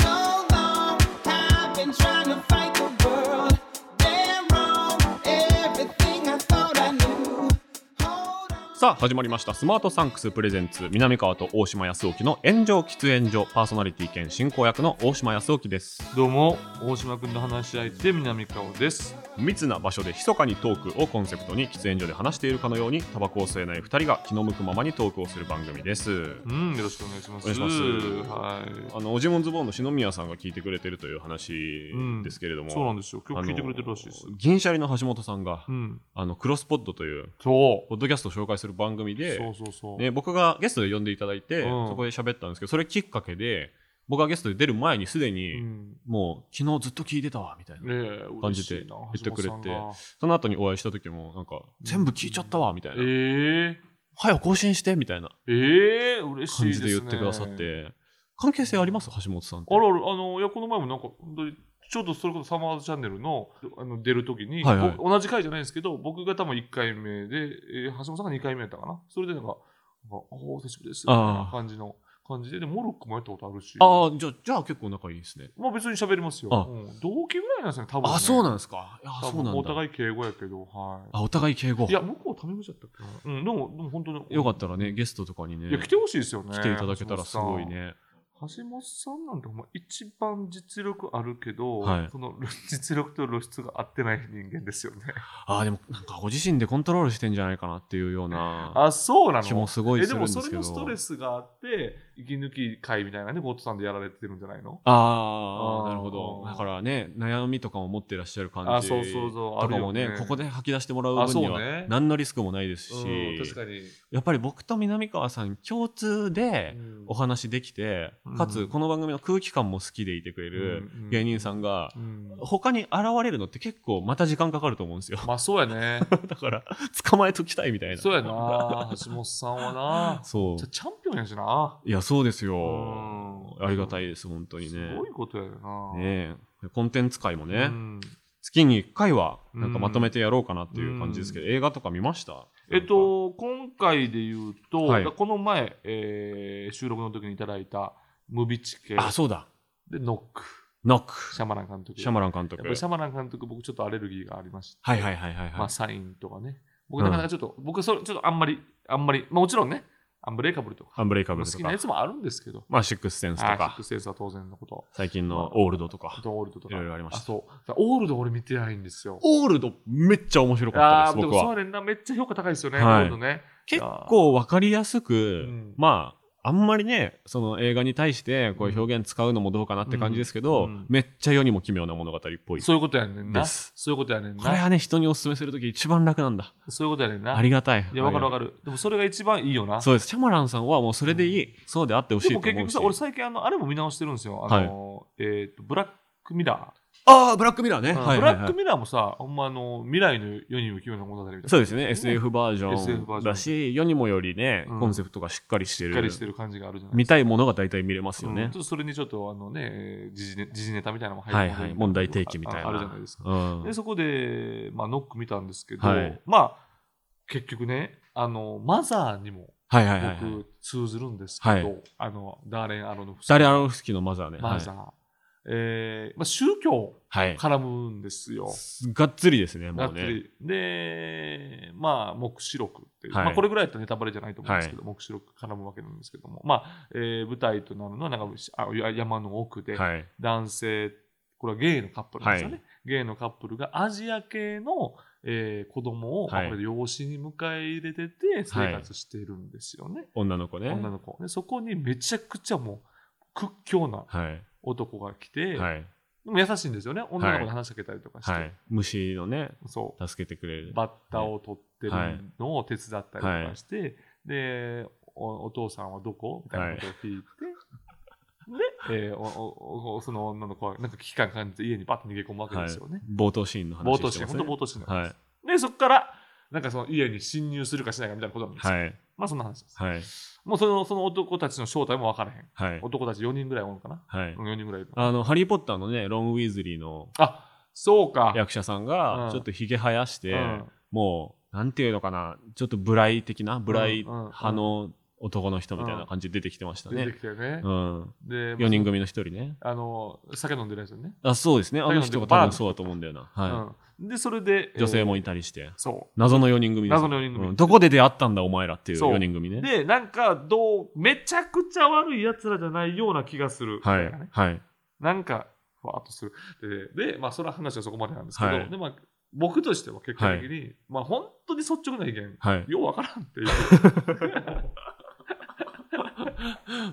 So long, I've been trying to fight the world. Damn wrong, everything I thought I knew. Hold on. さあ、始まりました。スマートサンクスプレゼンツ、南川と大島康沖の炎上喫煙所、パーソナリティ兼進行役の大島康沖です。どうも、大島君の話し相手、南川です。密な場所で密かにトークをコンセプトに喫煙所で話しているかのように、タバコを吸えない2人が気の向くままにトークをする番組です。うん、よろしくお願いします。お願いしますはい。あのおじもんズボンの篠宮さんが聞いてくれてるという話ですけれども、そうなんですよ。今日聞いてくれてるらしいですあ。の銀シャリの橋本さんが、うん。あのクロスポッドというそう。ポッドキャストを紹介する番組でそうそうそう。ね、僕がゲストで呼んでいただいて、うんそこで喋ったんですけどそれきっかけで僕がゲストで出る前にすでに、うん。もう昨日ずっと聞いてたわみたいな、ねえ、感嬉じしていな言ってくれて橋本さんがその後にお会いした時もなんか全部聞いちゃったわみたいな、ええ早く更新してみたいなええ嬉しい感でじすでね。言ってくださって、関係性あります橋本さんってあるある、あの、いや、この前もなんか、本当に、ちょうどそれこそサマーズチャンネルのあの出るときに、はいはいぼ同じ回じゃないんですけど、僕が多分1回目で、えー橋本さんが2回目やったかな。それでなんか、なんかおお、久しぶりです。みたいあなー感じの、感じで、で、モルックもやったことあるし、ああじゃあじゃあ結構仲いいですねまあ別に喋りますよ。あうん同期ぐらいなんですよね、多分、ね。あそうなんんですかいや多そうな分んおだ互い敬語やけど、はい。あお互い敬語いや、向こうタメ口だったっけな。うん、でも、でも本当に。よかったらねゲストとかにねいや、来てほしいですよね。来ていただけたらすごいね橋本さんなんてほんま一番実力あるけど、はいその実力と露出が合ってない人間ですよね。ああでもなんかご自身でコントロールしてんじゃないかなっていうようなあ、そうな気ものすごいえすでるんもですけそどれのストレスがあって、息抜き会みたいなね、ゴットさんでやられてるんじゃないのあああーなるほどだからね悩みとかも持ってらっしゃる感あ、じそうそうそう、あとるかよもねね。ここで、で吐き出してもらう分にあそうねは何のリスクもないですし、うん、確かに。やっぱり僕と南川さん共通でうんお話できて、かうつんこの番組の空気感も好きでいてくれるうんうん芸人さんがうん他に現れるのって結構また時間かかると思うんですよまあそうやね。だから捕 まえときたいみたいなそうやな。橋本さんはな。そうじゃあチャンピオンやしな。いやそうですよ、うんありがたいです、本当にねす。ごいことやよな。ねえコンテンツ界もね、うん月に1回はなんかまとめてやろうかなっていう感じですけど、映画とか見ましたえっ、と、今回で言うと、はいこの前、えー収録の時にいただいた、ムビチケなんかあ、そうだ、で、ノック、ノック、シャマラン監督。シャマラン監督。やっぱりシャマラン監督、僕ちょっとアレルギーがありまして、はいはいはいはい、はいまあ、サインとかね。僕、なかなかちょっと、僕それ、ちょっとあんまり、あんまり、まあ、もちろんね、アンブレイカブルとか、アンブレイカブ好ルときなかや、つもあるんですけど、まあ、シックスセンスとあーキッかク、センスは当然のこと、最近のオールドとかあ、とオールドとか、いろいろありましたそう。だからオールド俺見てないんですよ。オールドめっちゃ面白かあっあたー、で、ですも僕そうは。やねんな、めっちゃ評価高いですよね、はいオールドね。結構わかりやすく、うんまあ、あんまりね、その映画に対してこういう表現使うのもどうかなって感じですけど、うんうんめっちゃ世にも奇妙な物語っぽい。そういうことやねんな。ですそういうことやねんこれな。はね、人にお勧めするとき一番楽なんだ。そういうことやねんな。ありがたい。いや、わかるわかかる。でもそれが一番いいよな。そうです。シャマランさんはもうそれでいい。そうであってほしいでとも思結う局し。さ、俺最近あの、あれも見直してるんですよ。あの、えっ、と、ブラックミラああ、ブラックミラーね。ー、はいブはいラはッいク。ミラーもさ、ほんまあの、未来の世にも奇妙な物語みたいな。そうですね。ね SF バージ SF ョバーンジョンだし、世にもよりね、うんコンセプトがしっかりしてしる。っかりしてる感じがあるじゃない見ですか。たいものが大体見れますようんねちょ。っとそれにちょっとあのね、時事ネ時事ネタみたいなのも入はい込んではい。る問題提起みたいな。ああるじゃないですか。うんで、そこで、まあ、ノック見たんですけど、はいまあ、結局ね、あの、マザーにもはいはいはいはい。僕通ずるんですけど、はいあの、ダーレン・アロノフスキーダレアロフスキーのマザーね。マザー、えーまあ、宗教はい。はい絡むんですよ。がっつりですね、がもっうつね。りで、まあ、黙示録っていう、はいまあ、これぐらいだったらネタバレじゃないと思うんですけど、黙示録絡むわけなんですけども、まあえー舞台となるのはなんかあや山の奥で、はい。男性、これはゲイのカップルですよね、ゲイのカップルがアジア系の、えー子供を、はいまあこれ養子に迎え入れてて生活してるんですよね、女の子ね。女の子で。そこにめちゃくちゃもう屈強なはい。男が来て、はい。でも優しいんですよね。女の子と話しかけたりとかして。はい。虫のね、そ助けてくれう。る。バッタを取ってるのを手伝ったりとかして、でお、お父さんはどこみたいなことを聞いて、で、えーおおおその女の子はなんか危機感感じて家にバッと逃げ込むわけですよね。冒頭シーンの話冒頭ししてて、ます本ね当冒頭してはい。で、そこから、なんかその家に侵入するかしないかみたいなことなんですよ。はい。まあそんな話です。はい。もうそのその男たちの正体も分からへん。はい。男たち4人ぐらいおるのかな、はい。うん ?4 人ぐらいいるのあの、ハリー・ポッターのね、ロン・ウィーズリーのあそうか。役者さんうがん、ちょっとひげ生やして、うんもう、なんていうのかな、ちょっとブライ的な、ブライうんうんうん派の男の人みたいな感じで出てきてました出ねて。きたよねう。ん。で、 4人組の1人ね。あの、酒飲んでるやつよね。あ、そうですね。あの人が多分そうだと思うんだよな。はうん、で、それで、い。女性もいた。たりして。そ謎の4人組です。謎の四人組うんどこで出会ったんだ、お前らっていうそう4人組ね。う。で、なんか、どう、めちゃくちゃ悪い奴らじゃないような気がする。はいみたいなね。はい。なんか、ふわっとする。で、でまあ、それは話はそこまでなんですけど、はいでまあ、僕としては結果的に、まあ、本当に率直な意見、はい。ようわからんっていう。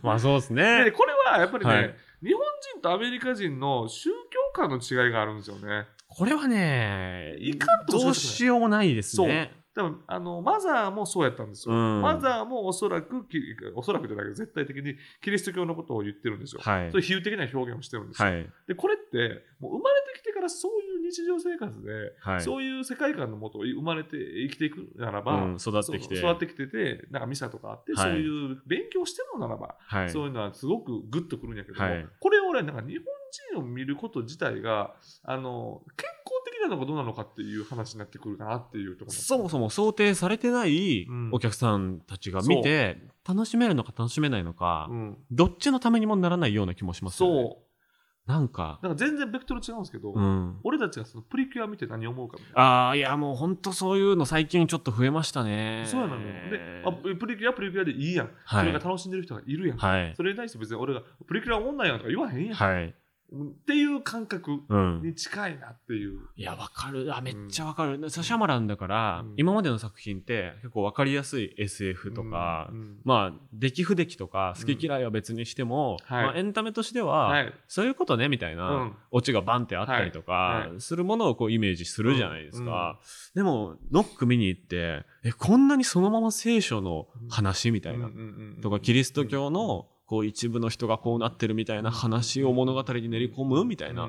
まあそうですで、ね。これはやっぱりね、はい日本人とアメリカ人の宗教観の違いがあるんですよね。これはね、いかんともどうしようもないですね。多分あのマザーもそうやったんですよ。うんマザーもおそらくき、おそらくじゃないけど、絶対的にキリスト教のことを言ってるんですよ。はいそういう比喩的な表現をしてるんですよ。はい。で、これって、もう生まれてきてからそういう日常生活で、はい。そういう世界観のもと生まれて生きていくならば、うん育ってきて。そう育ってきてて、なんかミサとかあって、はいそういう勉強してるのならば、はい。そういうのはすごくグッとくるんやけども、はいこれを俺、なんか日本人を見ること自体が、あの、健康的なのかどうなのかっていう話になってくるかなっていうところなんですそもそも想定されてないうんお客さんたちが見て、楽しめるのか楽しめないのか、うん、どっちのためにもならないような気もしますよね。そなんかう。、なんか全然ベクトル違うんですけど、うん。俺たちがそのプリキュア見て何思うかみたいな。ああ、いや、もう本当そういうの最近ちょっと増えましたね。そうなのよ。であ、プリキュアプリキュアでいいやん。はいそれが楽しんでる人がいるやん。はい。それに対して別に俺がプリキュア女やんとか言わへんやん。はい。っていう感覚うん。に近いなっていう。いや、わかる。あ、めっちゃわかる。シャマランだから、うん今までの作品って結構わかりやすい SF とか、うんうんまあ、出来不出来とか、好き嫌いは別にしても、うんはいまあ、エンタメとしては、はい。そういうことね、みたいな、うんオチがバンってあったりとか、はいするものをこうイメージするじゃないですか。でも、ノック見に行って、え、こんなにそのまま聖書の話みたいな、とか、キリスト教の、こう一部の人がこうなってるみたいな話を物語に練り込むみたいな、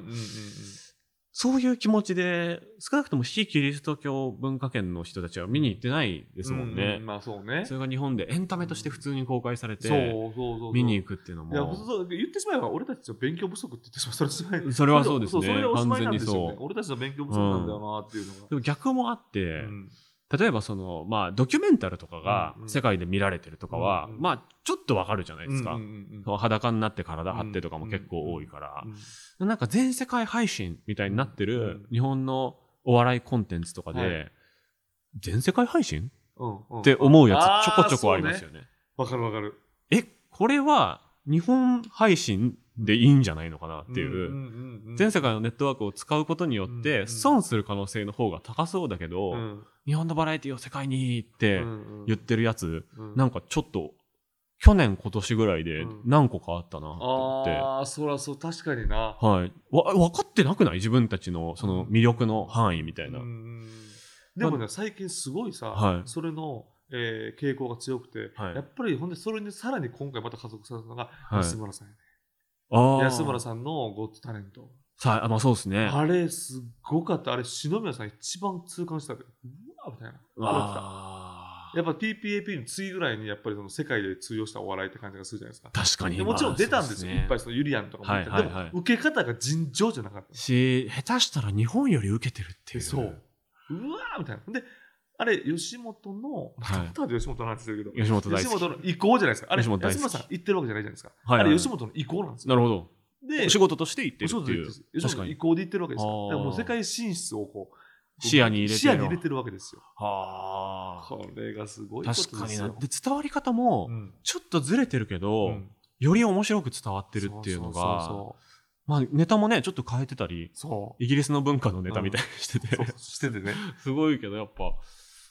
そういう気持ちで、少なくとも非キリスト教文化圏の人たちは見に行ってないでですもんね。まあそうね。そそうれが日本でエンタメとして普通に公開されて、そうそう。見に行く。くっていうのいやも、そう言ってしまえば俺たちの勉強不足って言ってしまう。それしまえばそれはそうですそれね。でおし完まい全なんにですよねそ。う。俺たちの勉強不足なんだよなっていうのが。でも逆もあって、うん例えばその、まあ、ドキュメンタルとかがうんうん世界で見られてるとかは、うんうんまあ、ちょっとわかるじゃないですか。うんうんうんうんその裸になって体張ってとかも結構多いから、うんなんか全世界配信みたいになってうんる日本のお笑いコンテンツとかで、はい全世界配信うんうんって思うやつちょこちょこありますよね。わかるわかる。え、これは日本配信でいいんじゃないのかなっていう。う全世界のネットワークを使うことによっうんうてん損する可能性の方が高そうだけど、日本のバラエティを世界にって言ってるやつ、なんかちょっと去年今年ぐらいでうん何個かあったなって思って、ああ、そらそう、確かにな。はい、わ分かってなくない自分たちのその魅力の範囲みたいな、うんでもね、最近すごいさ、はいそれの、えー傾向が強くて、はいやっぱりほんでそれにさらに今回また加速されたのがはい安村さんやね、ああ安村さんのゴッドタレント、さあまあそうですねあれすっごかったあれ篠宮さん一番痛感したけどうわみたいなあーやっぱ PPAP の次ぐらいにやっぱりその世界で通用したお笑いって感じがするじゃないですか確かにでもちろん出たんですよ、まあいっぱいそのユリアンとかも出た、はいはいはいでも受け方が尋常じゃなかったそうですねし下手したら日本より受けてるっていうそう。うわーみたいな。で、あれ、吉本の、まはいたまた吉本の話してるけ吉本ど、大吉好き本の意向じゃないですか。あれ、吉本大好き安村さん行ってるわけじゃないじゃないですか。はいはいあれ、吉本の意向なんですよ。なるほどで、お仕事として行っておる仕っ事てでい行うっ確かにてる吉本の意向で行ってるわけですかあーら。だからもう世界進出をこう、視野に入れてる視野に入れてるわけですよ。はあこれがすごいことです確よ。かになで伝わり方もうん。ちょっとずれてるけど、うんより面白く伝わってるっていうのがそまあネタもねちょっと変えてたりうそうそう。イギリスの文化のネタみたいにしてて、そう。そうそうして てね。すごいけどやっぱ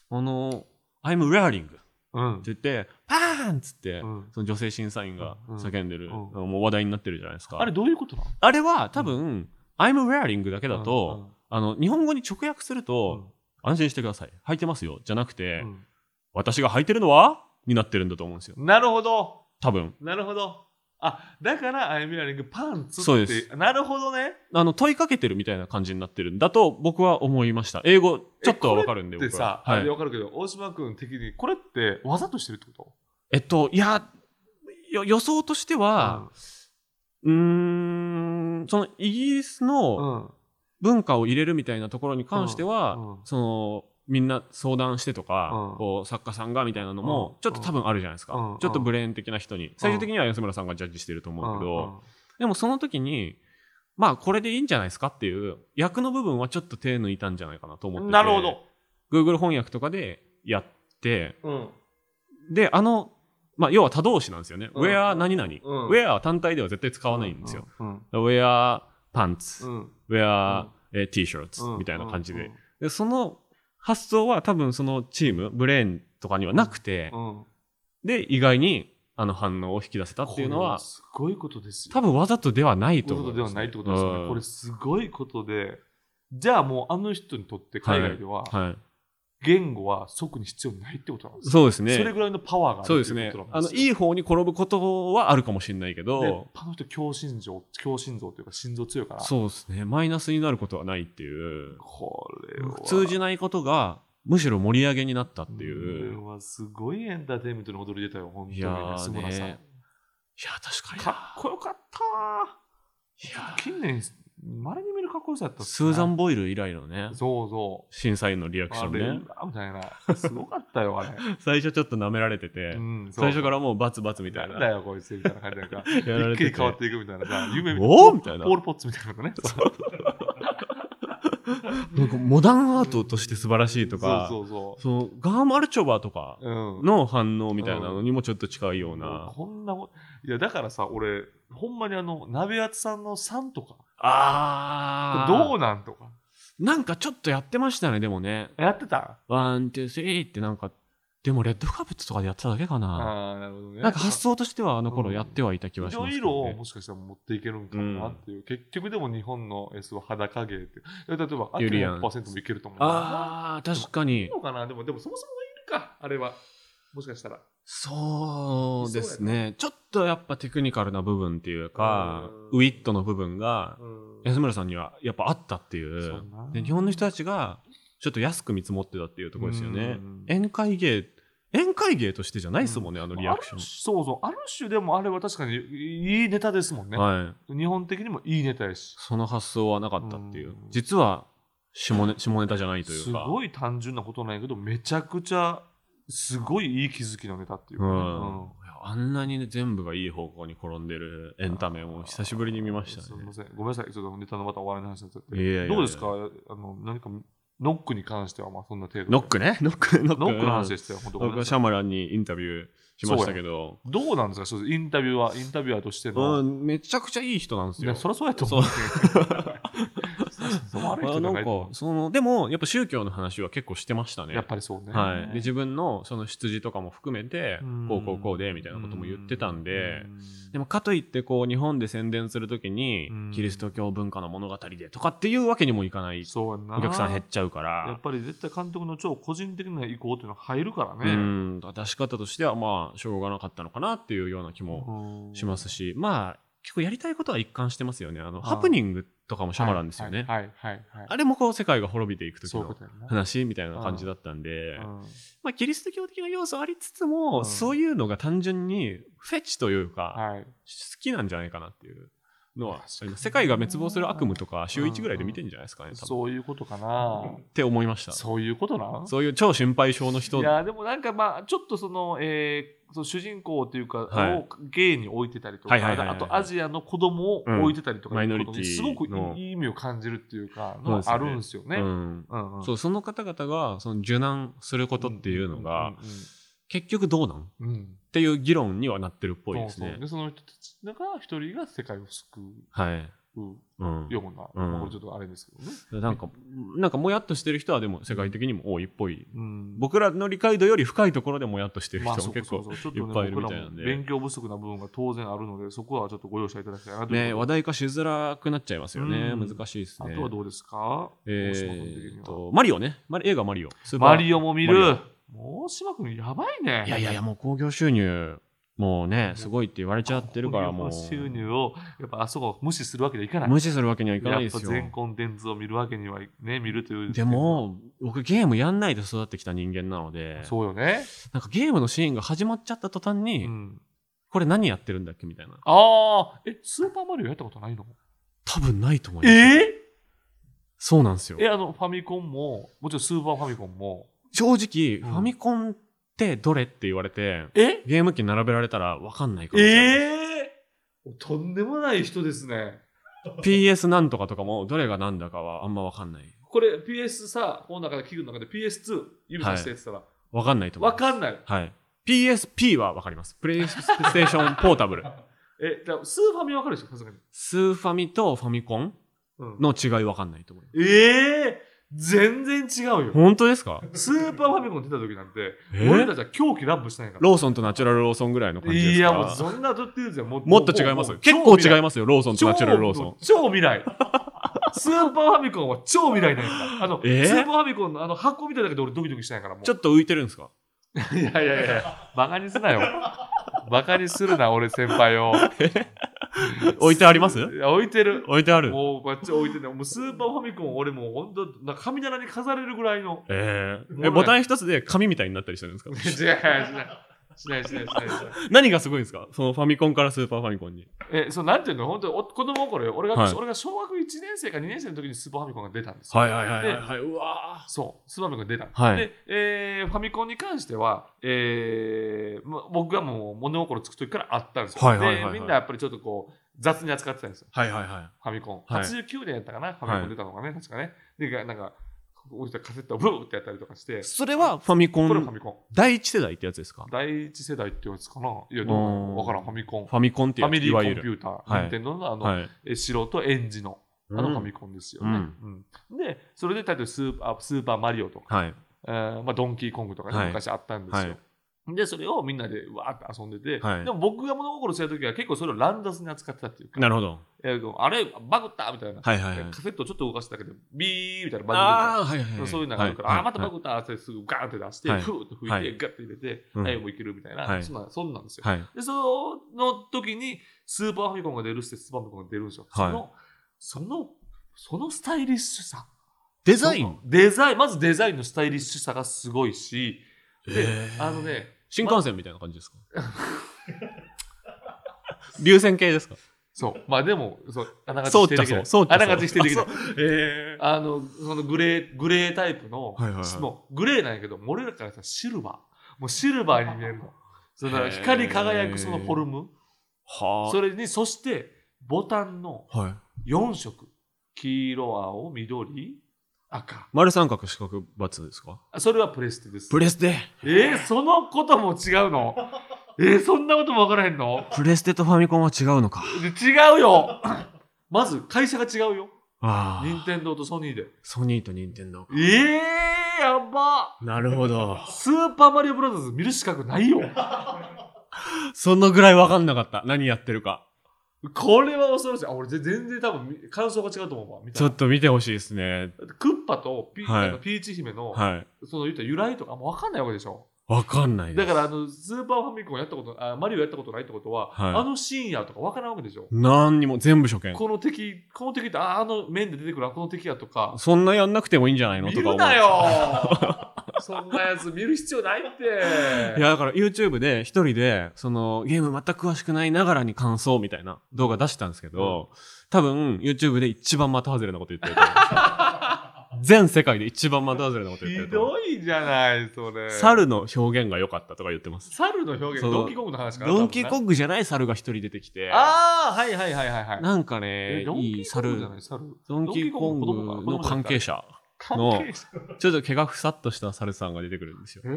あの「I'm wearing」ってうん。言って「パーン!」っつって、うんその女性審査員がうん叫んでる、うんもう話題になってるじゃないですかあれ、どういうことなのあれは多分、I'm wearing だけだと、うんあの日本語に直訳するうんと、安心してください履いてますよじゃなくて、うん私が履いてるのはになってるんだと思うんですよなるほど。多分なるほど。あ、だからアイミラーリングパンツって。そうですなるほどね。あの、問いかけてるみたいな感じになってるんだと僕は思いました。英語、ちょっとはわかるんで、で僕はさ。、はあれい。わかるけど、大島君的に、これってわざとしてるってこえっと、いや、よ予想としてとは、、うーん、そのイギリスうのん。うん文化を入れるみたいなところに関しては、うんうんその、みんな相談してとか、うんこう作家さんがみたいなのもうんちょっと多分あるじゃないですか、うんちょっとブレーン的な人に、最終的には安村さんがジャッジしてると思うけど、でもその時に、まあこれでいいんじゃないですかっていう、役の部分はちょっと手抜いたんじゃないかなと思うってて。んうんなるほど。。 Google 翻訳とかでやって、うん。で、あの、まあ要は他動詞なんですよね。うん where 何々。うん where は単体では絶対使わないんですよ。うん。 where パンうツ、ん。 where うんえー t シャツうんみたいな感じうでん。で、その発想は多分そのチーム、ブレーンとかにはなくてう、ん。で、意外にあの反応を引き出せたっていうのこれは、すごいことですよ。多分わざとではないことういう思こいとでまはすないってことですよね。うんこれすごいことで、じゃあもうあの人にとって海外でははい。言語は即に必要ないってことなんですよそうですね。それぐらいのパワーがあるそうですねっていこ。とあなんの、ですよいい方に転ぶことはあるかもしれないけでど、、あの人強心臓、強心臓というか心臓強いから、そうですね。マイナスになることはないっていう。これは通じないことが、むしろ盛り上げになったっていう。いこれはすごいエンターテインメントに踊り出たよ、本当に、いやーね安村さん。や、確かにな。かっこよかったわいや近年、まれに見るかっこよさだったっすスねーザン・ボイル以来のね、そうそ審査員のリアう。クショあンれね。みたいな。すごかったよ、あ れ。最初ちょっと舐められてて、うんそう最初からもうバツバツみたいなんだな。よ、こいつみたいな感じなんか、 やられ一気てにて変わっていくみたい なさ、夢おーみたいなポールポッツみたいな のね。なんかモダンアートとして素晴らしいとか、そうそうそのガーマルチョバーとかそう。うん。の反応みたいなのにもちょっと近いような。こんなもんいやだからさ俺ほんまにあの鍋厚さんの「さん」とかあー。どうなんとかなんかちょっとやってましたね、でもね。やってたワン、ツー、スリーってなんか、でもレッドカーペットとかでやってただけかあな。あーなるほどねなんか発想としてはあの頃やってはいた気いはしまろすいけろど、をねも。しかしたら持っていけるんかもなっていう、結局でも日本の S は裸芸って例えばあとユリアン100%もいけると思うああ、確かいにい。のかなでもでもそもそもいるかあれはもしかしたらそうですね。ちょっとやっぱテクニカルな部分っていうか、うんウィットの部分が、うん安村さんにはやっぱあったっていそうう。なで日本の人たちが、ちょっと安く見積もってたっていうところですよねうん。宴会芸、宴会芸としてじゃないですもんね、あのリアクシあるョ種そうそうある種でもあれは確かにいいネタですもんね、ン。はい。日本的にもいいネタやし。その発想はなかったっていううん実は下ネ、下ネタじゃないというか。すごい単純なことなんやけどめちゃくちゃすごいいい気づきのネタっていううかね、ん。いやあんなにね、全部がいい方向に転んでるエンタメを久しぶりに見ましたすみねま。せんごめんなさいちょっとネタのまた終わりの話になっちゃっていやいやいやどうですかあの何かノックに関してはまあそんな程度でノックね。ノッ ク、ノック。ノックの話でししたよ本当ごめ僕んなはシさいャマランにインタビューしましたけど、どうなんですか正直インタビューはインタビュアーとしての、うん、めちゃくちゃいい人なんですいよ。やそりゃそうやと思うそそう 悪いあ人じなゃんなかいと思、その、でも、やっぱ宗教の話は結構してましたうね。やっぱりそうね、はい。で、自分のその出自とかも含めてうん、こうこうこうで、みたいなことも言ってたんでう、んでもかといってこう日本で宣伝するときにうんキリスト教文化の物語でとかっていうわけにもいかないそうやんなお客さん減っちゃうかやっらぱり絶対監督の超個人的な意向っていうのは入るからうね、ん出し方としてはまあしょうがなかったのかなっていうような気もうんしますしまあ結構やりたいことは一貫してますよねあのんハプニングとかもシャマランですよねはいはいはいはいあれもこう世界が滅びていく時そういうこのとやんな話みたいな感じだったんでうんまあキリスト教的な要素ありつつうんもそういうのが単純にフェチというかはい好きなんじゃないかなっていうのはあります世界が滅亡する悪夢とか週1ぐらいで見てんじゃないですかね、多分そういうことかなって思いましたそそういうことなんういう超心配性の人いやでもなんかまあちょっとその,、えー、その主人公というか、はいを芸に置いてたりとか、はいはいはいはいあとアジアの子供を置いてたりとかうんいうことマイノリにティすごくのいい意味を感じるっていうかそうのですよあねるんですよね。うんうんうんそうその方々がその受難することっていうのが、結局どうなんっうんうんうんうんうんていう議論にはなってるっぽいですそうねそうでその人たちが一人が世界を救はい、ううん、ような、うんまあこれちょっとあれですけどね。なんかなんかもやっとしてる人はでも世界的にも多いっぽいうん僕らの理解度より深いところでもやっとしてるまあ人そもうか結構そうかそうかいっぱいいるみたいちょなっんとね僕らもで勉強不足な部分が当然あるので、そこはちょっとご容赦いただきたいなというね話題化しづらくなっちゃいますよねうん難しいですあねとはどうですかえ大島君的にー、はとマリオねマリ映画マリオスーパーマリオも見マる大島君やばいね。いやいやいやもう興行収入もうね、すごいって言われちゃってるから、もう。興行収入を、やっぱあそこを無視するわけにはいかない。無視するわけにはいかないでやっぱすよ。全コンテンツを見るわけにはね、見るという。で、も、僕ゲームやんないで育ってきた人間なので、そうよね。なんかゲームのシーンが始まっちゃった途端に、うん。これ何やってるんだっけみたいな。ああ、え、スーパーマリオやったことないの多分ないと思いえます。えそうなんですよ。え、あの、ファミコンも、もちろんスーパーファミコンも、正直、うんファミコンってどれって言われて、えゲーム機並べられたらわかんないかもしれない。ええとんでもない人ですね。 PS なんとかとかも、どれがなんだかはあんまわかんない。これ PS さ、この中で器具の中で PS2 指さしてやってたら、わかんないと思いわます。かんない。はい。PSP はわかります。プレイステーシ ョンポータブル。え、だからスーファミわかるでしょ、さすがに。スーファミとファミコンうん、の違いわかんないと思います。ええ全然違うよ。本当ですかスーパーファミコン出た時なんて、え俺たちは狂気乱舞したんやから。ローソンとナチュラルローソンぐらいの感じですかいや、もうそんなとってるじゃん。もうもっと違います。結構違いますよ、ローソンと超ナチュラルローソン。超未来。スーパーファミコンは超未来なんやから。あの、えースーパーファミコンのあの箱みたいだけで俺ドキドキしたんやから、もう。ちょっと浮いてるんですかいやいやいや、バカにすなよ。バカにするな、俺先輩を。 置いてありますいや置いてる。置いてある。もうこっち置いてるもうスーパーファミコン俺もうほんと、なんか神棚に飾れるぐらいの。えーもうえ、ねボタン一つで紙みたいになったりしてる んですか違う、しない。しない、しない、しない。しない何がすごいんですかそのファミコンからスーパーファミコンに。え、そう、なんていうの本当にお子供の頃よ俺が、はい俺が小学1年生か2年生の時にスーパーファミコンが出たんですよ。はいはいはいはいではい。うわそう、スーパーファミコンが出た。はいで、えーファミコンに関しては、えーま僕がもう物心つく時からあったんですよ。はいはいはいはいで、みんなやっぱりちょっとこう、雑に扱ってたんですよーはいはいはファミコン。はい89年やったかな、ファミコン出たのがね、確かね。で、なんか、降りたカセットをブ ーってやったりとかしてい。、それはファミコこれファンミコン。第一世代ってやつですか第一世代ってやつかないや、どううんわからん、ファミコン。フファミコンってァやつミリいーコわンピゆる。ュータはいー、任天堂のあの、はい。え白とエンジの、あのファミコンですよね。ううんで、それで、例えばスーパー、スーパーマリオとか、はい。えーまあ、ドンキーコングとかね、はい昔あったんですよ。はいで、それをみんなでわーって遊んでて、はいでも僕が物心した時は結構それを乱雑に扱ってたっていうか、なるほど。えーあれ、バグったみたいな、はいはいはいカ。セットをちょっと動かしただけで、ビーみたいなバグるみたいなああ、はいはいはい。そういうのがあるから、はいあ、またはバいグったってすぐガーンって出して、はいふーっと吹いて、はいガッて入れて、うんはい、もういけるみたいな、はいそんな、そんなんですよ。はい。で、その時に、スーパーファミコンが出るして、スーパーファミコンが出るんですよ。はいその、その、そのスタイリッシュさ。デザインデザイン、まずデザインのスタイリッシュさがすごいし、でへ、ーあのね、新幹線みたいな感じです か流線形ですかそう、まあでも、そう、あながそうちっちゃ否定できない。そうそうっちゃそうあながち否定できない。えあの、そのグレー、グレータイプの、はいはいはいもうグレーなんやけど、俺らからしたらシルバー。もうシルバーに見えるの。そへーの光り輝くそのフォルム。はそれに、そして、ボタンのあ。はい。 4色。黄色、青、緑、赤。丸三角四角×ですかあそれはプレステです。プレステえー、そのことも違うのえー、そんなこともわからへんのプレステとファミコンは違うのか。で違うよまず、会社が違うよ。あ任あ。天堂とソニーで。ソニーとニンテンドー。えー、やばなるほど。スーパーマリオブラザーズ見る資格ないよ。そのぐらい分かんなかった。何やってるか。これは恐ろしい。あ、俺ぜ全然多分み感想が違うと思うわ。みたちいょな。っと見てほしいですね。だってクッパとピ,、はいピーチ姫の、はい。その言った由来とかもう分かんないわけでしょ。分かんないでだす。からあのスーパーファミコンやったことあマリオやったことないってことは、はいあのシーンやとか分からんわけでしょ。何にも全部初見。この敵、この敵ってああの面で出てくるあこの敵やとか。そんなやんなくてもいいんじゃないの見とかる思う。なよ そんなやつ見る必要ないって。いやだから YouTube で一人でそのゲーム全く詳しくないながらに感想みたいな動画出したんですけど、多分 YouTube で一番的外れなこと言ってると思 う全世界で一番的外れなこと言ってひると思うどいじゃない、それ。猿の表現が良かったとか言ってます猿の表現、そうドンキーコングの話かな。ドンキーコグ。ングじゃない猿が一人出てきてああ、はいはいはいはいはい。なんかえねドンキいいーコングじゃ猿ない猿ドンキーコンドンキーコング子供かグの関係者関係者ちょっと毛がふさっとした猿さんが出てくるんですよえ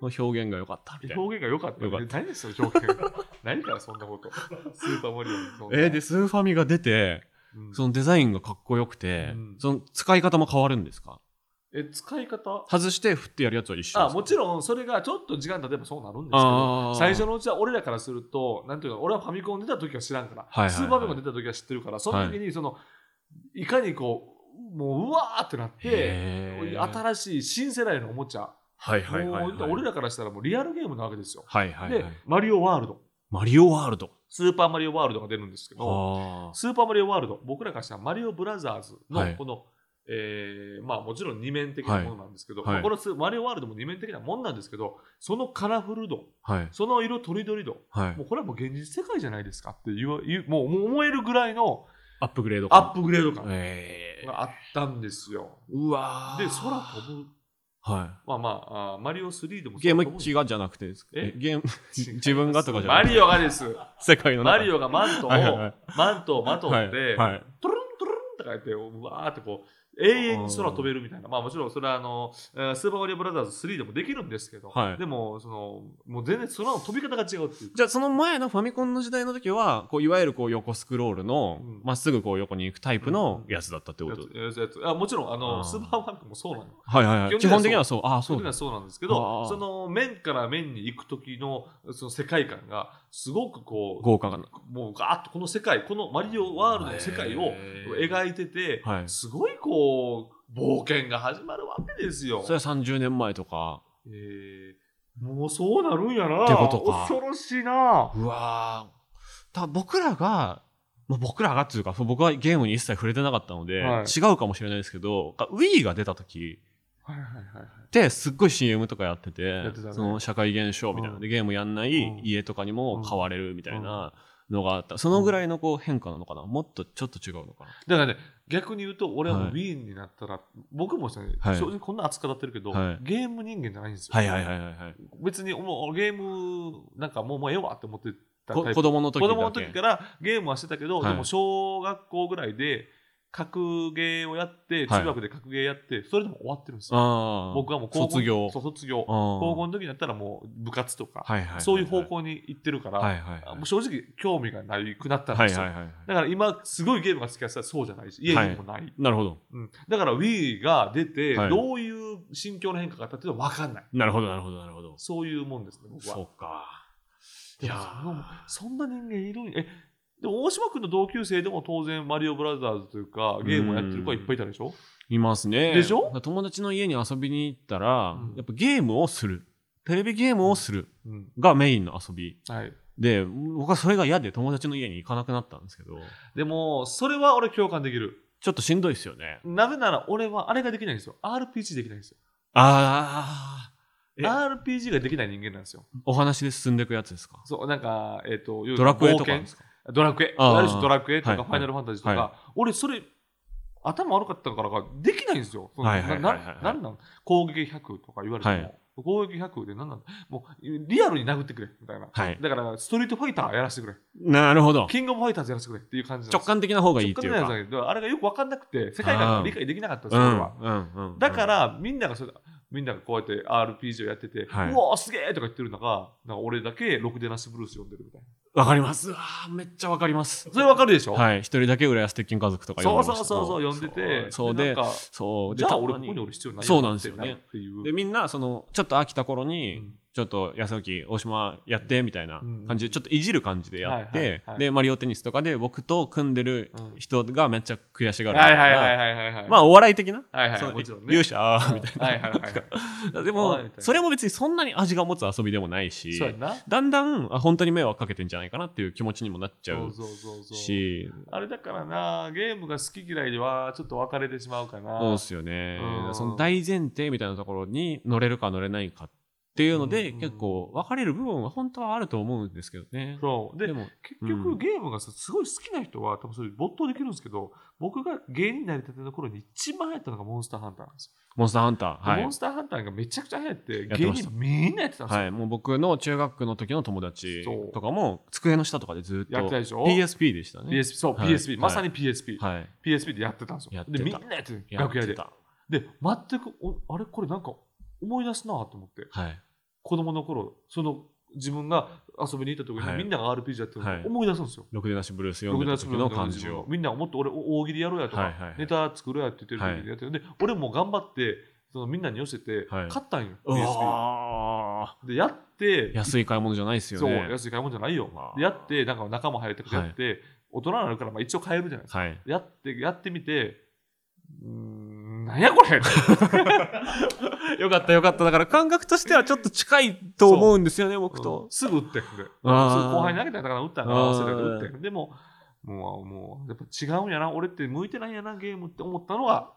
の表現が良かったみたーいな表現が良かった良かよっね。何ですよ、表現が。何からそんな こと。スーパーマリオにそんなえー、で、スーファミが出てうんそのデザインがかっこよくて、うんその使い方も変わるんですかえ、使い方外して振ってやるやつは一緒あ、ですかもちろん、それがちょっと時間経てばそうなるんですけあどー、最初のうちは俺らからすると、なんていうの、俺はファミコン出た時は知らんから、はいはいはいスーパーファミコン出た時は知ってるから、その時に、その、い、かにこう、もう、うわーってなって、へー新しい新世代のおもちゃ、はいはいはい、もう俺らからしたらもうリアルゲームなわけですよ。はいはいはいで、マリオワールド。マリオワールド。スーパーマリオワールドが出るんですけど、あスーパーマリオワールド、僕らからしたらマリオブラザーズはのいこの、えーまあもちろん二面的なものなんですけど、はいはいまあこのスーマリオワールドも二面的なもんなんですけど、そのカラフル度、あ。はい。その色とりどり度、はいも。うこれはもう現実世界じゃないですかっていう、いうもうもう思えるぐらいのアップグレードアップグレードプ感ええがあったんですよ。うわで、ー空飛ぶ、はまあまあ、あーマリオ3でもい。ゲーム空飛ぶんです機がじゃなくてですかええ ゲーム、自分がとかじゃなマくて。リオがです。世界の中マリオがマントを、はいはいはいマントをまとって、はいはいトゥルントゥルンとか言って、うわーってこう、永遠に空飛べるみたいな。まあもちろんそれはあの、えースーパーマリオブラザーズ3でもできるんですけど、はいでも、その、もう全然空の飛び方が違うっていう。じ ゃあその前のファミコンの時代の時はこういわゆるこう横スクロールのうんまっすぐこう横に行くタイプのやつだったってこやと、つやつやつあもちろんああのースーパーファミコンもそうなの。はいはいはい基基本的本的ににははそうああそそううはだそうなんですけあーど、その面から面に行く時のその世界観がすごくこう、豪華かなもうガーッとこの世界、このマリオワールドの世界をへー描いてて、はいすごいこう、冒険が始まるわけですよそ。れは30年前とかえーもうそうなるんやな。ってことか恐ろしいな。うわーただ僕らがまあ僕らがっていうか僕はゲームに一切触れてなかったので、はい違うかもしれないですけどが Wii が出た時はいはいはいはい。ってすっごい CM とかやっててってたねその社会現象みたいな、でゲームやんないうん家とかにも買われるみたいなのがあったそのぐらいのこう変化なのかなもっとちょっと違うのかなだからね、逆に言うと、俺はもうはい Wii になったら、僕もですね、はい正直こんな熱く語ってるけど、はいゲーム人間じゃないんですよ。はいはいはいはいはい別にもうゲームなんかもうもうええわって思ってたタイこプ子供の時だ子け供の時からゲームはしてたけど、はいでも小学校ぐらいで格ゲーをやってはい中学で格ゲーやってそれでも終わってるんですよ、ああ僕はもう高校卒業そう卒業高高校の時になったらもう部活とか、はいはいはいはいそういう方向に行ってるから、はいはいはいもう正直興味がないくなったんはでいすよ、はいはいだから今すごいゲームが好きだったらそうじゃないし家にもない、なるほどうん、だから Wii が出てはいどういう心境の変化があったっていうのは分かんないなるほどなるほどなるほどそういうもんですね僕はそっかいいややーそんな人間いるんやえでも大島君の同級生でも当然マリオブラザーズというかゲームをやってる子はいっぱいいたでしょいますねでしょだから友達の家に遊びに行ったら、うんやっぱゲームをするテレビゲームをするうん、がメインの遊びはい、で僕はそれが嫌で友達の家に行かなくなったんですけどでもそれは俺共感できるちょっとしんどいですよねなぜなら俺はあれができないんですよ RPG できないんですよあえ RPG ができない人間なんですよあお話で進んでいくやつですかそうなんかえっ、とドラクエと冒か険ですかドラクエあーある種ドラクエとかはいファイナルファンタジーとか、は俺それ頭悪かったからかできないんですよ。そのはいはいはいはいなななんなん攻撃100とか言われても、はい攻撃100でなんなんもうリアルに殴ってくれみたいな。はいだからストリートファイターやらせてくれ。なるほどキングオブファイターズやらせてくれっていう感じなんで直す感的な方がいいってい直う感かのやつだけどあれがよく分かんなくて世界観が理解できなかったんですよ、俺は。うんうんうん、だからみんながそれみんながこうやって RPG をやってて、はいうおーすげえとか言ってる中なんか俺だけろくでなしブルース読んでるみたいなわかります。わあめっちゃわかります。それ分かるでしょ、はい、一人だけ浦安鉄筋家族とかそ読うんでましたそうそうそう、呼んでて、そうででなんかそうでじゃあたま俺ここににおる必要ないそうなんですよねっていう。でみんなそのちょっと飽きた頃に、うんちょっと安崎大島やってみたいなうん感じでちょっといじる感じでやって、はいはいはいでマリオテニスとかで僕と組んでる人がめっちゃ悔しがるみはたいいな、はいはいはいはいはい。まあお笑い的な、はいはいそのもちろんね勇者あーみたいな、はいはいはいはい。 でおもいみたいなそれも別にそんなに味が持つ遊びでもないしそうやな。だんだんあ本当に迷惑かけてんじゃないかなっていう気持ちにもなっちゃそううそうそうそう。しあれだからな、ゲームが好き嫌いではちょっと別れてしまうかな。そうですよねう。んその大前提みたいなところに乗れるか乗れないかっていうので、うん結構分かれる部分は本当はあると思うんですけどね。そうででも、結う局んゲームがさすごい好きな人は多分それ没頭できるんですけど僕が芸人になりたての頃に一番流行ったのがモンスターハンターなんですモンスターハンター。よ、はモいン。スターハンターがめちゃくちゃ流行ってやって芸ました人みんなやってたんですよ、はい、もう僕の中学の時の友達そうとかも机の下とかでずっとやってたでしょ PSP でしたね。 PSP そう、はい PSP まさはに PSP、はい PSP でやってたんですやよっ。てたで、みんなやってる、やっ楽屋てで。た。で、全くお、あれこれなんか思い出すなと思って、はい。子供の頃、その自分が遊びに行った時はにいみんなが RPG やってるはいのを思い出すんですよ。ろくでなしブルース読んでた時の感じを。みんながもっと俺お大喜利やろうやとか、はいはいはいネタ作ろうやって言ってる時にやってる、で、俺も頑張って、そのみんなに寄せて、はい買ったんよ、う PSP。わで、やってー、安い買い物じゃないですよそう、ね。安い買い物じゃないよわ。あで、やって、なんか仲間入れてくれて、大人になるから、まあ一応買えるじゃないですかはい。やって、やってみて、うーん、なんやこれ よかったよかった。だから感覚としてはちょっと近いと思うんですよね、僕と。すぐ打ってんで。すぐあー後輩に投げたから打ったんやからあー忘れたけど打ってんでも、もう、もう、やっぱ違うんやな、俺って向いてないんやな、ゲームって思ったのは、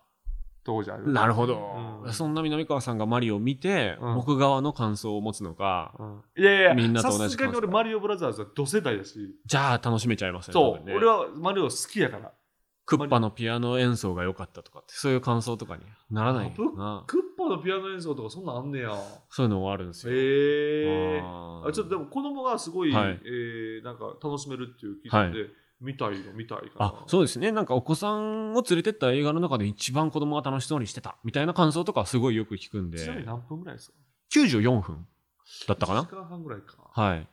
当時ある。なるほうどん。そんな南川さんがマリオを見て、うん僕側の感想を持つのか、うんいやいや、みんなと同じさすがに俺、マリオブラザーズは同世代だし、じゃあ楽しめちゃいますね。多そう、分ね俺はマリオ好きやから。クッパのピアノ演奏が良かったとかって、そういう感想とかにならないのかな。クッパのピアノ演奏とかそんなんあんねや。そういうのもあるんですよ。へえ。あーあちょっとでも子供がすごい、はいえーなんか楽しめるっていう聞いたんで、見たいよ、見たいかな。あそうですねなんかお子さんを連れてった映画の中で一番子供が楽しそうにしてたみたいな感想とかすごいよく聞くんでちなみに何分ぐらいですか94分だったか1な時間半ぐらいか。はい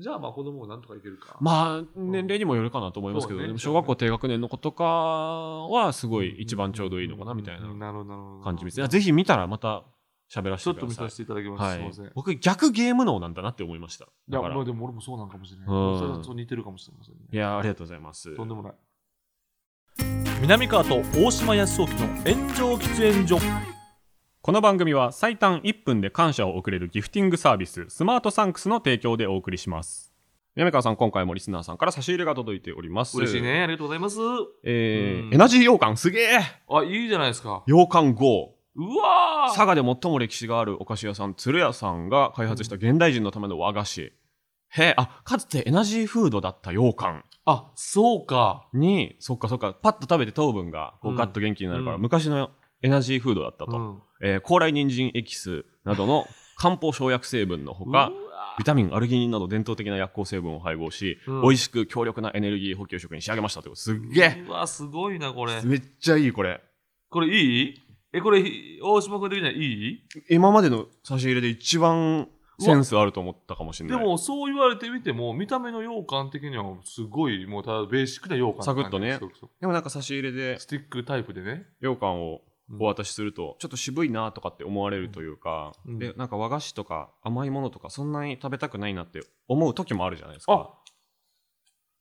じゃあ、まあ子供もなんとかいけるか。まあ年齢にもよるかなと思いますけど、そうねでも小学校低学年の子とかはすごい一番ちょうどいいのかなみたいななるほど、なるほど。感じです、ぜひ見たらまた喋らせちょてっくだと見ささいせていただきます。はすいいません。い、僕逆ゲーム能なんだなって思いましたや、だからまあでも俺もそうなんかもしれない。うんそれはそう似てるかもしれませんね。いやありがとうございますとんでもない。南川と大島康雄の炎上喫煙所この番組は最短1分で感謝を送れるギフティングサービススマートサンクスの提供でお送りします南川さん今回もリスナーさんから差し入れが届いております嬉しいね。ありがとうございます。えーうんエナジー羊羹すげえあ、いいじゃないですか。羊羹 GO うわー佐賀で最も歴史があるお菓子屋さん鶴屋さんが開発した現代人のための和菓子へえあかつてエナジーフードだった羊羹あ、そうか。にそっかそっかパッと食べて糖分がこううんガッと元気になるから、うん昔のエナジーフードだったと、うん。えー高麗人参エキスなど の漢方生薬成分のほかうわビタミン、アルギニンなど伝統的な薬効成分を配合し、うん美味しく強力なエネルギー補給食に仕上げましたということすっーげえ、うわ、すごいな、これ。めっちゃいいこれこれいいえ、これ、ひ大島君的にはいい今までの差し入れで一番センスあると思ったかもしれでないも、そう言われてみても、見た目の羊羹的には、すごい、もうただベーシックな羊羹って感じサクッとねそうそうでもなんか差し入れでスティックタイプでね。羊羹をお渡しするとちょっと渋いなとかって思われるというか、うんでなんか和菓子とか甘いものとかそんなに食べたくないなって思う時もあるじゃないですかあ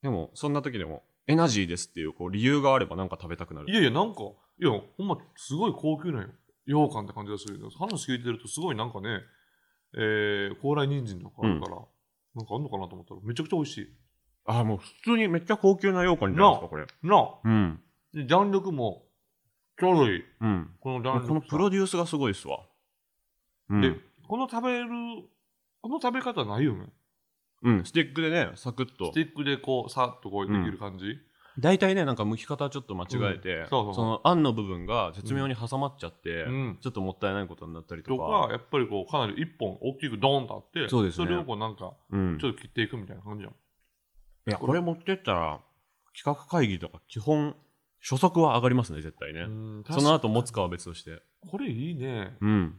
でもそんな時でもエナジーですっていうこう理由があればなんか食べたくなるいやいや、なんか、いや、ほんま、すごい高級なんよ。羊羹って感じがするけど、話聞いてると、すごいなんかね、えー、高麗人参とかあるから、なんかあんのかなと思ったら、めちゃくちゃ美味しい。あもう普通にめっちゃ高級な羊羹じゃないですなかこれなあ、うんで弾力も、ちょうどいい。うんこのも弾う力このプロデュースがすごいですわ。うん、で、この食べる、この食べ方ないよね。うん、スティックでね、サクッとステ。ィックでこう、さっとこうできる感じ。大体ね、なんか剥き方ちょっと間違えて、んそうそうそうのあんの部分が絶妙に挟まっちゃって、うんちょっともったいないことになったりととか。か、やっぱりこう、かなり一本大きくドーンとあって、そうですねれをこうなんか、うんち、ょっと切っていくみたいな感じやん。いやこれ持ってったら、企画会議とか基本、初速は上がりますね、絶対ね。うんその後持つかは別として。これいいね。うん。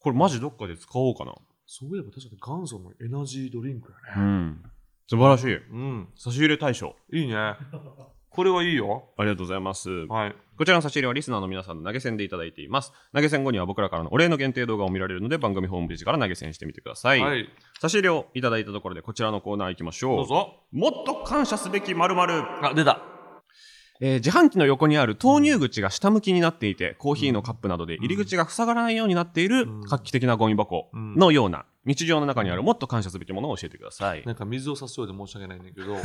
これマジどっかで使おうかな。そういえば確かに元祖のエナジードリンクうやね。ん。素晴らしい。うん。差し入れ大賞。いいね。 これはいいよ。ありがとうございます。はい。こちらの差し入れはリスナーの皆さんの投げ銭でいただいています。投げ銭後には僕らからのお礼の限定動画を見られるので番組ホームページから投げ銭してみてください。はい。差し入れをいただいたところでこちらのコーナー行きましょう。どうぞ。もっと感謝すべき〇〇。あ、出た。えー自販機の横にある投入口が下向きになっていて、コーヒーのカップなどで入り口が塞がらないようになっているうん画期的なゴミ箱のような日常の中にあるもっと感謝すべきものを教えてください。なんか水を差しそうで申し訳ないん だけど、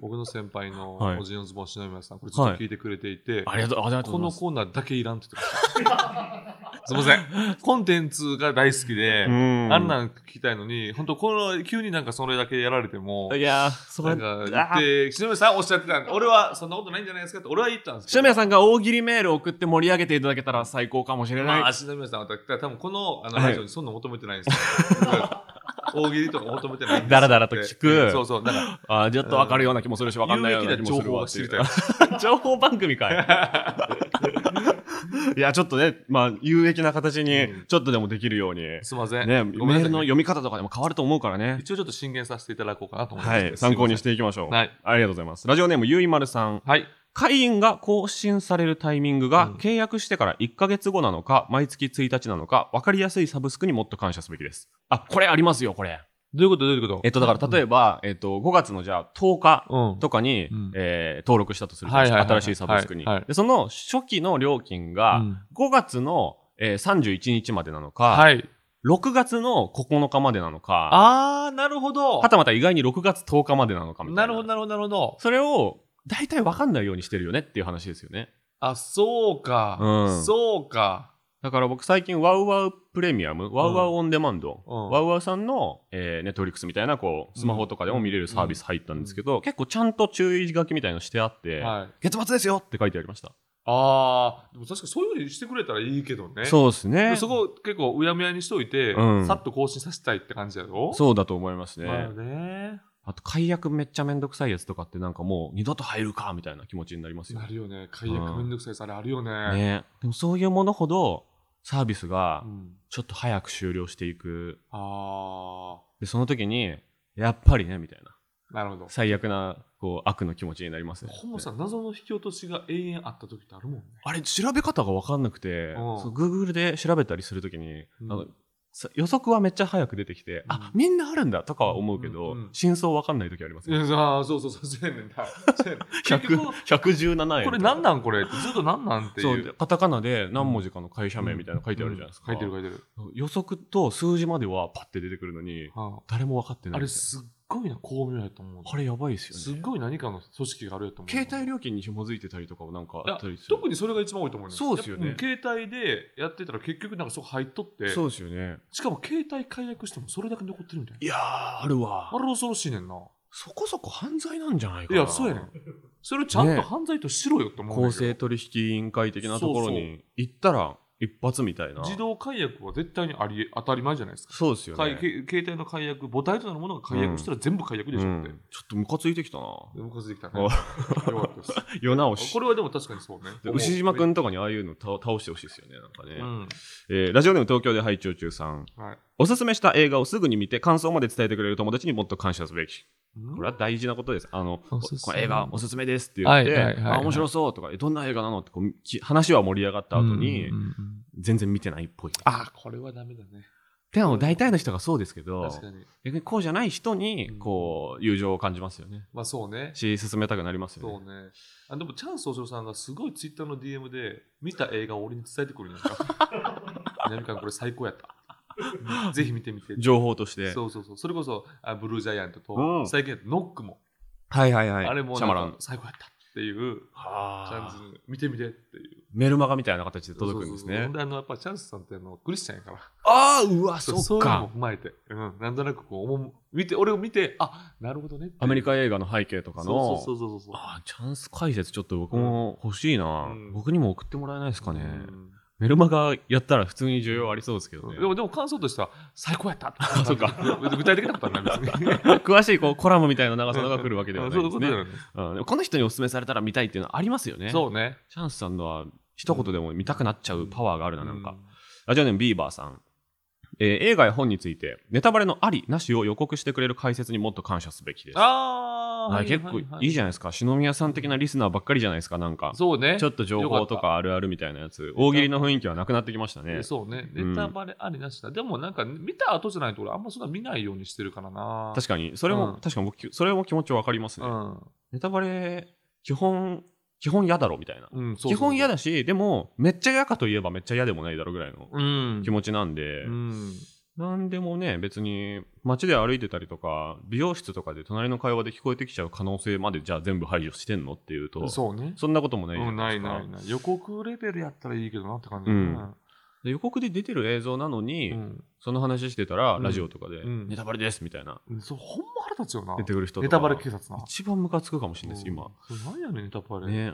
僕の先輩のはいおじいのズボン篠宮さん、これずっと聞いてくれていて、ありがとう、ありがとうごこざいのます。コーナーだけいらんって言ってました。すみません。コンテンツが大好きで、うんあんなん聞きたいのに、本当この、急になんかそれだけやられても、いやー、そなれ、んか言っあーて、篠宮さんおっしゃってたんで、俺はそんなことないんじゃないですかって、俺は言ったんですけ篠ど。宮さんが大喜利メールを送って盛り上げていただけたら最高かもしれないまあ、。篠宮さんは多分このあのはいラジオにそんな求めてないんですよ。 大喜利とか求めてないんですよだらだらと聞くそうそう。だかあーちょっとわかるような気もするし、わら、かんないよ有う益な気なも情する報わがって知いうりたい。情報番組かい。 いや、ちょっとね、まあ、有益な形にう、ちょっとでもできるように、ね、すみません。メごめんーなルさいのね読み方とかでも変わると思うからね。一応ちょっと進言させていただこうかなと思いまはす。い、参考にしていきましょう。はいありがとうございます。ラジオネーム、ゆいまるさん。はい。会員が更新されるタイミングうがん契約してから1ヶ月後なのか、毎月1日なのか、わかりやすいサブスクにもっと感謝すべきです。あ、これありますよ、これ。どういうことどういうことえっと、だから例えば、えっと、5月のじゃあ10日うん。とかに、うんえー登録したとするじゃないですはいかはいはいはい新しいサブスクに、はいはいで。その初期の料金うがん5月の、えー31日までなのか、はい。 6月の9日までなのか、あー、なるほど。はたまた意外に6月10日までなのかみたいな。なるほど、なるほど、なるほど。それを大体わかんないようにしてるよねっていう話ですよね。あ、そうか。うんそうか。だから僕最近ワウワウプレミアム、ワウワウオンデマンド、うんワウワウさんの、えー、ネットフリックスみたいなこうスマホとかでも見れるサービス入ったんですけど、結構ちゃんと注意書きみたいのしてあって、はい。月末ですよって書いてありました。あー、でも確かそういうふうにしてくれたらいいけどね。そうですね。そこ結構うやむやにしといて、うんさっと更新させたいって感じやろそうだと思いますね。まあね。あと解約めっちゃめんどくさいやつとかってなんかもう二度と入るかみたいな気持ちになりますよなね。るよね。解約めんどくさいさ、あれあるよね。ねでもそういうものほどサービスがうん、ちょっと早く終了していく。あで、その時に、やっぱりね、みたいな。ー、なるほど。最悪な、こう、悪の気持ちになりますね。ほんまさ、謎の引き落としが永遠あった時ってあるもんね。あれ、調べ方がわかんなくて、うんそう Google で調べたりするときに、うんあのさ予測はめっちゃ早く出てきて、あ、うみんなあるんだとかは思うけど、うんうんうん真相わかんないときありますいね。やあーそうそうそう、そうやねんな。そうやねん結100局、 117円。これ何なんこれってずっと何なんってそいうう、。カタカナで何文字かの会社名みたいなの書いてあるじゃないですか。書いてる書いてる。予測と数字まではパッて出てくるのに、はあ誰も分かってないあれみたいなすっごいな巧妙やと思う。あれやばいですすよっね。ごい何かの組織があるやと思う。携帯料金に紐づいてたりとかもなんかあったいりやする。特にそれが一番多いと思うね。そうですよねやっぱうん携帯でやってたら結局なんかそこ入っとって、そうですよね。しかも携帯解約してもそれだけ残ってるみたいな。いやー、あるわあ。れ恐ろしいねんな。そこそこ犯罪なんじゃないかいな。や、そうやねん。それをちゃんねと犯罪としろよって思うねん公正け取引委員会的なところそうに行ったら一発みたいど。な。自動解約は絶対にありえ当たり前じゃないですか。そうですよ解ね。け携帯の解約、母体となるものが解約したら全部解約でしうょってん。ちょっとムカついてきたな。でムカついてきたね。およかった です。世直しこ。れはでも確かにそうね。で牛島ん。君とかにああいうの倒倒してほしいですよね。なんかね。うん。えーラジオネーム東京で拝聴中さん。はい。おすすめした映画をすぐに見て感想まで伝えてくれる友達にもっと感謝すべき。ここれは大事なことです。あの、おこすすめこれ映画おすすめですって言って、はいはいはいはいあ面白そうとか、えどんな映画なのってこうき話は盛り上がった後に、うんうんうん全然見てないっぽい。あこれはダメだね。でも大体の人がそうですけど確、かに。逆にこうじゃない人にうん、こう、友情を感じますよね。まあそうね。し、進めたくなりますよそうね。ね。あでも、チャンス大城さんがすごいツイッターの DM で見た映画を俺に伝えてくるんやんか。 南川これ最高やった。ぜひ見てみて。情報として。そうそうそう。それこそあブルージャイアントと、うん最近やったノックも、はいはいはい。あれもシャマラなんかン。最高やったっていう、チャンスあー見てみてっていう。メルマガみたいな形で届くんですそうそうそうねほ。であのやっぱチャンスさんってあのクリスチャンやから。ああ、うわ、 そそうっいうのもか。踏まえて、うん、なんとなくこう思う見て、俺を見て、あなるほどねっていう。アメリとカ映画の背景とかの、そうそうそうそうそう。ああ、チャンス解説ちょっと僕も欲しいな、うん僕にも送ってもらえないですかね。うんメルマガやったら普通に需要ありそうですけどね。でも、でも感想と しては、最高やったそっか。 具体的なことはないですね。詳しいこうコラムみたいな長さが来るわけでそはうないいでうすこねと。だよね。うんでもこの人にお勧めされたら見たいっていうのはありますよね。そうね。チャンスさんのは一言でも見たくなっちゃうパワーがあるな、なんか。うラジオネームビーバーさん。えー映画や本について、ネタバレのあり、なしを予告してくれる解説にもっと感謝すべきです。あー、はい結構いいじゃゃないですか。篠宮さん的なリスナーばっかりじゃないですか、なんかん。。そうね。ちょっと情報とかあるあるみたいなやつ、大喜利の雰囲気はなくなってきましたね。そうね。うんネタバレありなしだ。でもなんか、見た後じゃないと俺、あんまそんな見ないようにしてるからな。確かに、それも、うん確かに僕き、それも気持ちわかりますね。うん。ネタバレ、基本、基本嫌だろみたいな。うん、そうそうそ基う本嫌。だし、でも、めっちゃ嫌かといえばめっちゃ嫌でもないだろうぐらいのうん。気持ちなんで、うん。なんでもね、別に街で歩いてたりとか、美容室とかで隣の会話で聞こえてきちゃう可能性までじゃあ全部排除してんのっていうと、そうね。そんなこともないじゃうん、なないいですか。ないない。予告レベルやったらいいけどなって感じだうんで予告で出てる映像なのに、うんその話してたら、うんラジオとかで、うんネタバレですみたいな、うん。そう、ほんま腹立つよな出。てくる人とかネタバレ警察な。一番ムカつくかもしれないです、今。うん。そうなんやねん、ネタバレ。ね、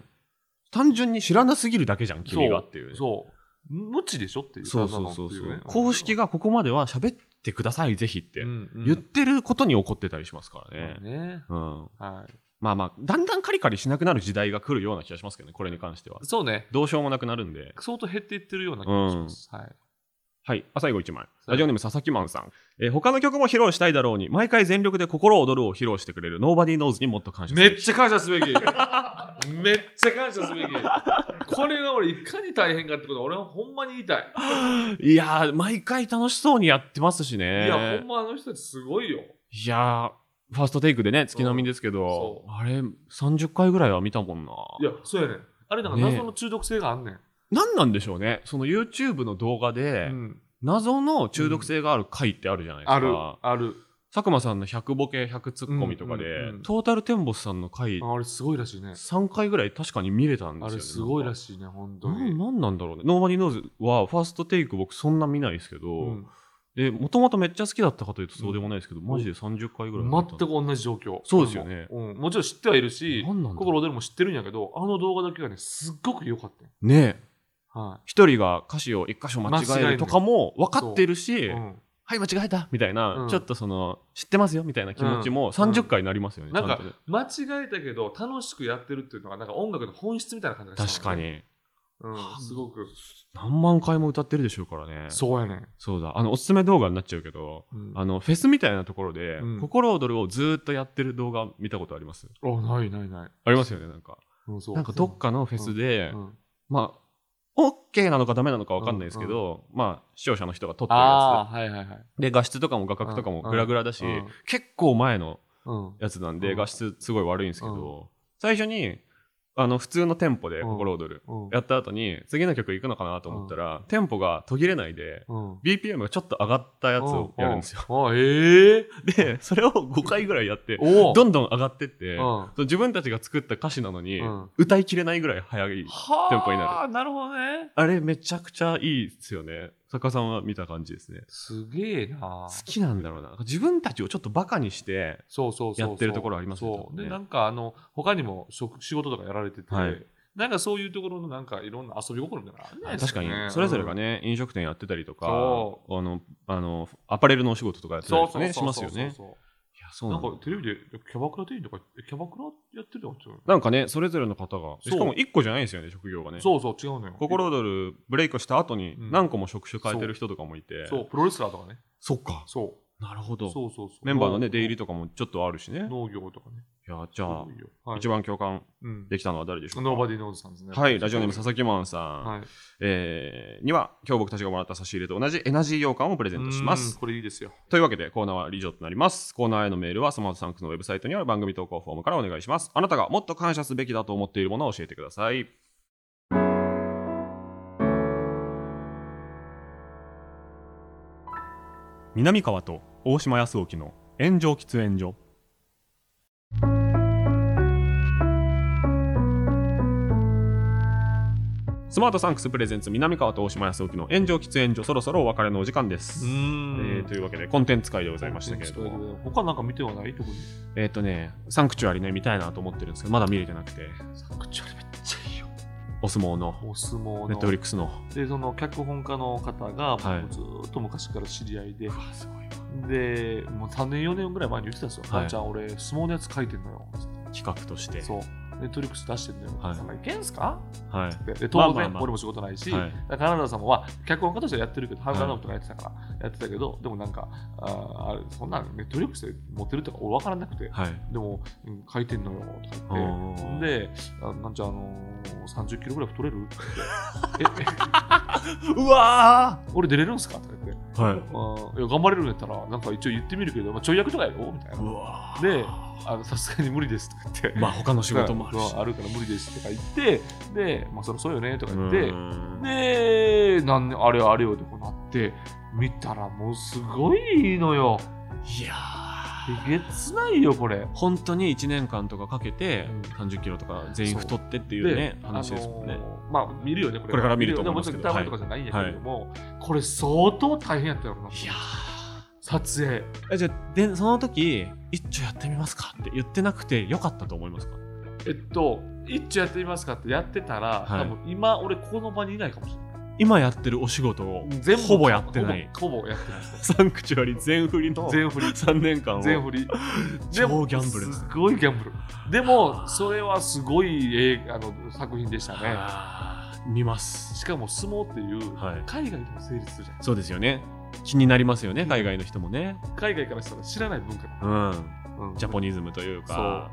単純に知らなすぎるだけじゃん君がっていう,、ね、そう。無知でしょっていう。そうそうそうそうただのっていね公式がここまでは喋ってくださいぜひってうんうん言ってることに怒ってたりしますからねまあ、ね。うん、はい。まあまあだんだんカリカリしなくなる時代が来るような気がしますけどねこれに関してはそうね。どうしようもなくなるんで相当減っていってるような気がします。はい。はいあ最後1枚ラジオネーム佐々木マンさん、えー他の曲も披露したいだろうに毎回全力で心躍るを披露してくれる Nobody Knows にもっと感謝すめっるちゃ感謝すべき。めっちゃ感謝すべき。これが俺、いかに大変かってことは、俺はほんまに言いたい。いやー毎回楽しそうにやってますしねいや、ほんまあの人たちすごいよ。いやー、ファーストテイクでね、月並みですけど、そうあれ、30回ぐらいは見たもんな。いや、そうやねん。あれ、だからねえ謎の中毒性があんねん。何なんでしょうね。その YouTube の動画で、うん謎の中毒性がある回ってあるじゃないですか。ある、ある。佐久間さんの100ボケ、100ツッコミとかで、うんうんうんトータルテンボスさんの回、ああれ、すごいらしいね。 3回ぐらい確かに見れたんですよ、あね。れ、すごいらい。しいね、本当なんに。なんなんだろうね。ノーマリーノーズは、ファーストテイク僕そんな見ないですけど、うんで、もともとめっちゃ好きだったかというとそうでもないですけど、マジで30回ぐらい見たん全く同じ状況。そうですよね俺もうん。もちろん知ってはいるし、何なんだ心躍るも知ってるんやけど、あの動画だけがね、すっごく良かったよねえは一人が歌詞を一箇所間違えるとかも分かってるい。し、うんはい間違えたみたいな、うんちょっとその知ってますよみたいな気持ちも30回になりますよね、なんかちゃんとね、間違えたけど、楽しくやってるっていうのが、なんか音楽の本質みたいな感じがし確かたもんね。にうん、すごく。何万回も歌ってるでしょうからねそうやねん。そうだあのおすすめ動画になっちゃうけどうんあのフェスみたいなところで、うん心躍るをずーっとやってる動画見たことありますあ、ないないない。ありますよねなんかうんそうなんかどっかのフェスで、うんまあ OK なのかダメなのか分かんないですけど、まあ視聴者の人が撮ってるやああ、はいはいはい。つで画質とかも画角とかもグラグラだし、うんうん結構前のうん。やつなんうでん画質すごい悪いんですけど、最初にあの普通のテンポで心躍るうんやった後に次の曲行くのかなと思ったらテンポが途切れないでうん。 BPM がちょっと上がったやつをやるんですよ。うん。あ、ええでそれを5回ぐらいやっておおどんどん上がってってうん自分たちが作った歌詞なのにうん歌いきれないぐらい早いはテンポになる。なるほどね。あれめちゃくちゃいいですよね。坂さんは見た感じですね。すげえな好。きなんだろうな。自分たちをちょっとバカにして、そうそうそうそう。やってるところありますね多そ分う。ねで、なんかあの、他にも職仕事とかやられてて、はいなんかそういうところのなんかいろんな遊び心みたいなのあるんじゃないです確かにそれぞれがね、飲食店やってたりとかあそのあのアパレルのお仕事とかやってたそうりとそかうそうねしそうますよね。そうそういやそうななんんかだテレビでキャバクラ店員とか、キャバクラやってるとか違うなんかねそれぞれの方がそうしかも1個じゃないですよね職業がねそうそう、違うのよ。心躍るブレイクした後にうん何個も職種変えてる人とかもいてそう、プロレスラーとかね。そっかそなるほう。どそうそうそう。メンバーのね出入りりとかもちょっとあるしね農業とかね。いやじゃあすごいよはい一番共感うんできたのは誰でしょうかノーバディノーズさんですね。はいラジオネーム佐々木マンさん、はい。えーには今日僕たちがもらった差し入れと同じエナジー羊羹をプレゼントしますうんこれいいですよ。というわけでコーナーは以上となります。コーナーへのメールはスマートサンクスのウェブサイトにある番組投稿フォームからお願いします。あなたがもっと感謝すべきだと思っているものを教えてください。南川と大島康沖の炎上喫煙所。スマートサンクスプレゼンツ南川と大島康沖の炎上喫煙所そろそろお別れのお時間です。えーというわけでコンテンツ会でございましたけれども、他なんか見てはない特に。えっ、とね、サンクチュアリね、見たいなと思ってるんですけど、まだ見れてなくて、サンクチュアリめっちゃいいよ。お相撲の、お相撲ネットフリの。ックスの。で、その脚本家の方が、はいもうずーっと昔から知り合いで、すごいで、もう3年、4年ぐらい前に言ってたんですよ。はい母ちゃん、俺、相撲のやつ書いてんのよ。企画として。そう。ネットフリックス出してんだよ。はいそんないけんすかはい。ででまあ当まあ然、まあ俺も仕事ないし、はいだからカナダさんもは脚本家としてはやってるけど、ハいンガーノブとかやってたから、やってたけど、でもなんか、あーあれそんなネットフリックスで持ってるとか俺分からなくて、はい。でも、うん書いてんのよとおかー言って、で、あなんじゃあ、あのー、30キロぐらい太れる って言って、え、うわえ俺出れるんすかとか言って、ーはい。あーいや頑張れるんやったら、なんか一応言ってみるけど、まあ、ちょい役とかやろみたいな。うわーで、あのさすがに無理ですとか言って。まあ、他の仕事もあるしそう。から無理ですとか言って、で、まあ、そりゃそうよねとか言ってう、ーんで、なんあれあれよとかなって、見たらもうすごいいいのよ。いやーえげつないよ、これ。本当に1年間とかかけてうん30キロとか全員太ってっていうね話ですもんあね。のーまあ、見るよね、これこれから見ると思いもまちすけろんど歌うとかじゃないんやけれども、これ相当大変やったよな。いや撮影。ーえじゃあでその時一丁やってみますかって言ってなくてよかったと思いますかえっと、一応やってみますかってやってたら、はい多分今、俺、この場にいないかもしれない。今やってるお仕事を全部ほぼやってない。ほぼほぼやってない。サンクチュアリ全振りの全振り。 3年間を全振り。で超もギャンブルすごいギャンブル。でも、それはすごい映画あの作品でしたね。あー見ますしかも相撲っていう、はい海外でも成立するじゃないそうですよね気になりますよね海外の人もね海外からしたら知らない文化だ、うんうんジャポニズムというか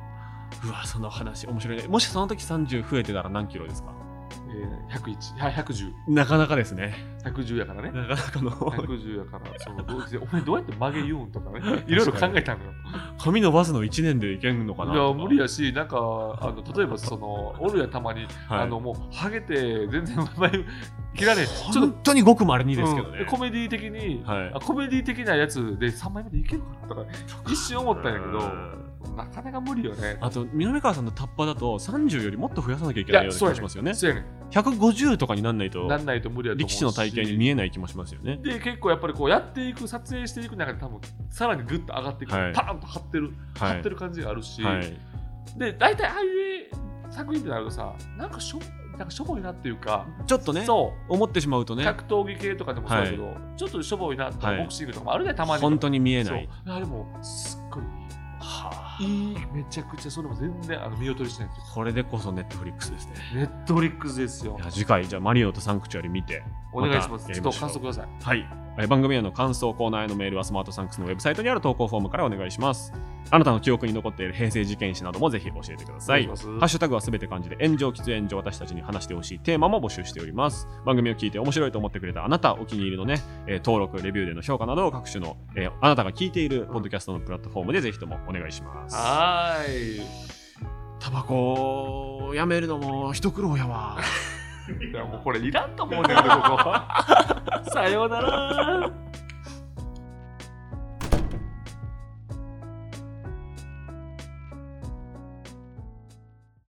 うわその話面白いねもしその時30増えてたら何キロですかえー、101、いや、110。なかなかですね。 110やか らね。なかなか の、 110やから、そのどうお前どうやって曲げ言うんとかね、いろいろ考えたのよ。髪伸ばすの1年でいけんのかないやとか無理やし、なんか、あの例 えばその、おるやたまに、あのもう、ハゲて、全然前 切られへん、ちょっ本当にごく稀にと、ですけどね。うんコメディ的に、はいあコメディ的なやつで3枚目でいけるかなとか、一瞬思ったんやけうんど、なかなか無理よね。あと南川さんのタッパーだと30よりもっと増やさなきゃいけいないような気そうがやしねますよねそうやね150とかになんないとなんないと無理やと思力うし士の体型に見えない気もしますよねで結構やっぱりこうやっていく撮影していく中で多分さらにグッと上がっていく、はいパーンと張ってる、はい張ってる感じがあるし、はいで大体ああいう作品ってなるとさなんかしょなんかしょぼいなっていうか、ちょっとねそ思ってしまうとう、ね格闘技系とかでもそうだけど、ちょっとしょぼいなとか、はいボクシングとかもあるねたまに本当に見えにないあでもすっごいはいいめちゃくちゃそれも全然あの見劣りしないっていあこれでこそネットフリックスですねうネットフリックスですよいや次回じゃあマリオとサンクチュアリ見てお願いしまますたやりちょまっとしょう感想くださいはいえー番組への感想コーナーへのメールはスマートサンクスのウェブサイトにある投稿フォームからお願いしますあなたの記憶に残っている平成事件史などもぜひ教えてくださいお願いしますハッシュタグはすべて漢字で炎上喫煙所私たちに話してほしいテーマも募集しております。番組を聞いて面白いと思ってくれたあなた、お気に入りのね、えー登録、レビューでの評価などを各種の、えーあなたが聞いているポッドキャストのプラットフォームでぜひともお願いします。はーいタバコをやめるのも一苦労やわ。 いやもうこれいらんと思うねんけどここさようなら